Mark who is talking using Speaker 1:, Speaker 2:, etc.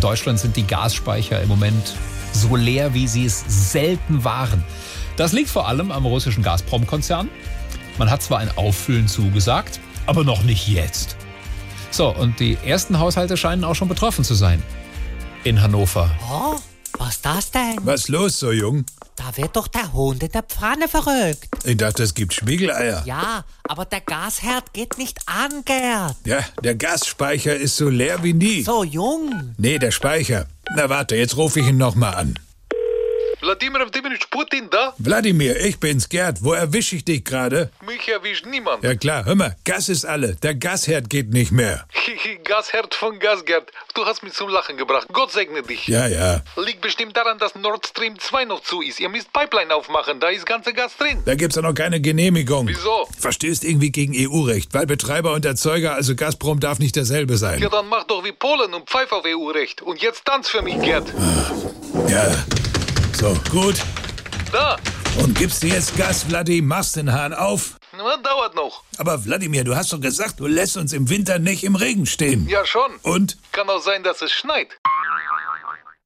Speaker 1: Deutschland sind die Gasspeicher im Moment so leer, wie sie es selten waren. Das liegt vor allem am russischen Gazprom-Konzern. Man hat zwar ein Auffüllen zugesagt, aber noch nicht jetzt. So, und die ersten Haushalte scheinen auch schon betroffen zu sein. In Hannover.
Speaker 2: Oh, was ist das denn?
Speaker 3: Was los, so jung?
Speaker 2: Da wird doch der Hund in der Pfanne verrückt.
Speaker 3: Ich dachte, es gibt Spiegeleier.
Speaker 2: Ja, aber der Gasherd geht nicht an, Gerd.
Speaker 3: Ja, der Gasspeicher ist so leer wie nie.
Speaker 2: So jung.
Speaker 3: Nee, der Speicher. Na warte, jetzt rufe ich ihn nochmal an.
Speaker 4: Wladimir Wladimirovich Putin da?
Speaker 3: Wladimir, ich bin's, Gerd. Wo erwische ich dich gerade?
Speaker 4: Mich erwischt niemand.
Speaker 3: Ja klar, hör mal, Gas ist alle. Der Gasherd geht nicht mehr.
Speaker 4: Hihi, Gasherd von Gasgerd. Du hast mich zum Lachen gebracht. Gott segne dich.
Speaker 3: Ja, ja.
Speaker 4: Liegt bestimmt daran, dass Nord Stream 2 noch zu ist. Ihr müsst Pipeline aufmachen, da ist ganze Gas drin.
Speaker 3: Da gibt's ja noch keine Genehmigung.
Speaker 4: Wieso?
Speaker 3: Verstößt irgendwie gegen EU-Recht, weil Betreiber und Erzeuger, also Gazprom, darf nicht derselbe sein.
Speaker 4: Ja, dann mach doch wie Polen und pfeif auf EU-Recht. Und jetzt tanz für mich, Gerd.
Speaker 3: Ja. So, gut.
Speaker 4: Da,
Speaker 3: Und gibst du jetzt Gas, Vladi, machst den Hahn auf.
Speaker 4: na, dauert noch.
Speaker 3: Aber Wladimir, du hast doch gesagt, du lässt uns im Winter nicht im Regen stehen.
Speaker 4: Ja, schon.
Speaker 3: Und?
Speaker 4: Kann auch sein, dass es schneit.